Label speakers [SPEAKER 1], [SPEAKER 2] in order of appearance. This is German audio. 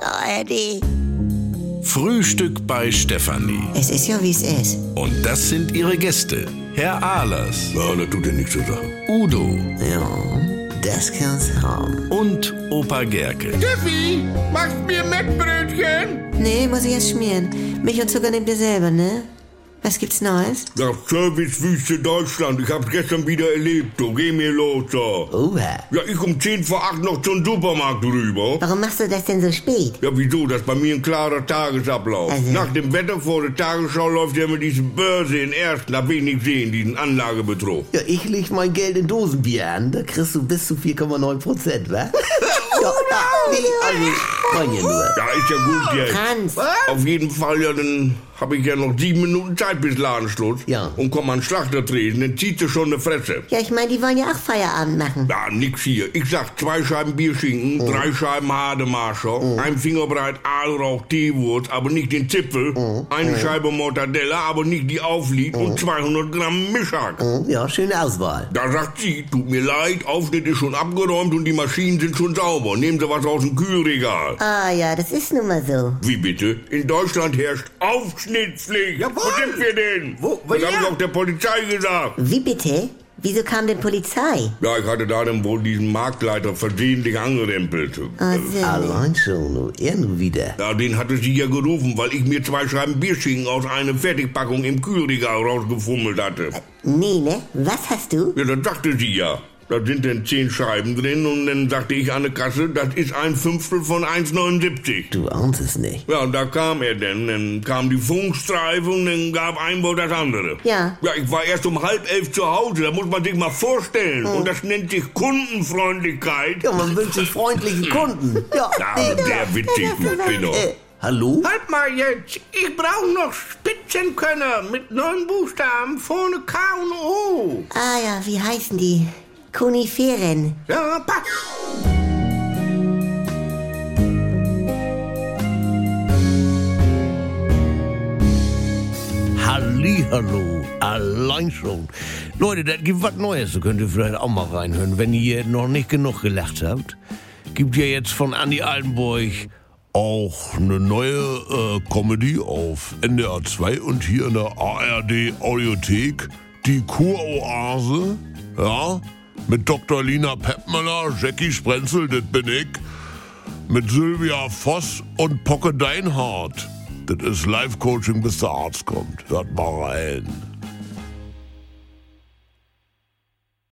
[SPEAKER 1] ARD.
[SPEAKER 2] Frühstück bei Stefanie.
[SPEAKER 1] Es ist ja, wie es ist.
[SPEAKER 2] Und das sind ihre Gäste. Herr Ahlers,
[SPEAKER 3] Ja, das tut dir nichts zu sagen.
[SPEAKER 2] Udo
[SPEAKER 1] Ja, das kann's haben.
[SPEAKER 2] und Opa Gerke.
[SPEAKER 4] Tiffy, machst mir Mettbrötchen?
[SPEAKER 1] Nee, muss ich erst schmieren. Milch und Zucker nehmt ihr selber, ne? Was gibt's Neues?
[SPEAKER 3] Ja, Servicewüste Deutschland, ich hab's gestern wieder erlebt, du geh mir los da.
[SPEAKER 1] Uwe.
[SPEAKER 3] Ja, ich um 10 vor 8 noch zum Supermarkt rüber.
[SPEAKER 1] Warum machst du das denn so spät?
[SPEAKER 3] Ja, wieso? Das ist bei mir ein klarer Tagesablauf.
[SPEAKER 1] Also-
[SPEAKER 3] Nach dem Wetter vor der Tagesschau läuft ja immer diese Börse in Ersten, hab ich nicht sehen, diesen Anlagebetrug.
[SPEAKER 5] Ja, ich leg mein Geld in Dosenbier an, da kriegst du bis zu 4,9 Prozent, wa?
[SPEAKER 6] Oh,
[SPEAKER 5] ja, nee, also, mein ja nur.
[SPEAKER 3] Ja, ist ja gut jetzt.
[SPEAKER 1] Hans.
[SPEAKER 3] Auf jeden Fall, ja, dann habe ich ja noch sieben Minuten Zeit bis Ladenschluss.
[SPEAKER 5] Ja.
[SPEAKER 3] Und komm an den Schlachtertresen, dann zieht er schon eine Fresse.
[SPEAKER 1] Ja, ich meine, die wollen ja auch Feierabend machen.
[SPEAKER 3] Ja, nix hier. Ich sag zwei Scheiben Bierschinken,
[SPEAKER 5] Mhm.
[SPEAKER 3] drei Scheiben Hademarscher, ein Fingerbreit Aalrauch Teewurst, aber nicht den Zipfel,
[SPEAKER 5] Mhm.
[SPEAKER 3] eine Scheibe Mortadella, aber nicht die Auflied und 200 Gramm Mischhack.
[SPEAKER 5] Hm, Ja, schöne Auswahl.
[SPEAKER 3] Da sagt sie, tut mir leid, Aufschnitt ist schon abgeräumt und die Maschinen sind schon sauber. Nehmen Sie was aus dem Kühlregal.
[SPEAKER 1] Ah ja, das ist nun mal so.
[SPEAKER 3] Wie bitte? In Deutschland herrscht Aufschnittspflicht.
[SPEAKER 5] Jawohl.
[SPEAKER 3] Wo sind wir denn?
[SPEAKER 5] Wo-
[SPEAKER 3] das
[SPEAKER 5] woher?
[SPEAKER 3] hab ich auch der Polizei gesagt.
[SPEAKER 1] Wie bitte? Wieso kam denn Polizei?
[SPEAKER 3] Ja, ich hatte da dann wohl diesen Marktleiter versehentlich angerempelt.
[SPEAKER 5] Ah.
[SPEAKER 1] Also,
[SPEAKER 5] Allein schon, nur er nur wieder.
[SPEAKER 3] Ja, den hatte sie ja gerufen, weil ich mir zwei Scheiben Bierschinken aus einer Fertigpackung im Kühlregal rausgefummelt hatte.
[SPEAKER 1] nee, ne? Was hast du?
[SPEAKER 3] Ja, das sagte sie ja. Da sind dann zehn Scheiben drin und dann sagte ich an der Kasse, das ist ein Fünftel von 1,79.
[SPEAKER 5] Du ahnst es nicht.
[SPEAKER 3] Ja, und da kam er denn. Dann kam die Funkstreife und dann gab ein Wort das andere.
[SPEAKER 1] Ja.
[SPEAKER 3] Ja, ich war erst um halb elf zu Hause, da muss man sich mal vorstellen. Und das nennt sich Kundenfreundlichkeit.
[SPEAKER 5] Ja, man wünscht sich freundliche Kunden. Ja,
[SPEAKER 3] Ja,
[SPEAKER 5] nee,
[SPEAKER 3] der witzig, genau. du Spinner.
[SPEAKER 5] äh, hallo?
[SPEAKER 4] Halt mal jetzt, ich brauche noch Spitzenkönner mit neun Buchstaben vorne K und O.
[SPEAKER 1] Ah ja, wie heißen die? Koniferen.
[SPEAKER 4] Ja, passt.
[SPEAKER 6] Hallihallo, allein schon. Leute, das gibt was Neues, da könnt ihr vielleicht auch mal reinhören. Wenn ihr noch nicht genug gelacht habt, gibt ja jetzt von Andy Altenburg auch eine neue äh, Comedy auf NDR 2 und hier in der ARD Audiothek. Die Kuroase, ja, mit Dr. Lina Peppmüller, Jackie Sprenzel, das bin ich mit Sylvia Voss und Pocke Deinhardt. Das ist Live-Coaching, bis der Arzt kommt. Hört mal rein.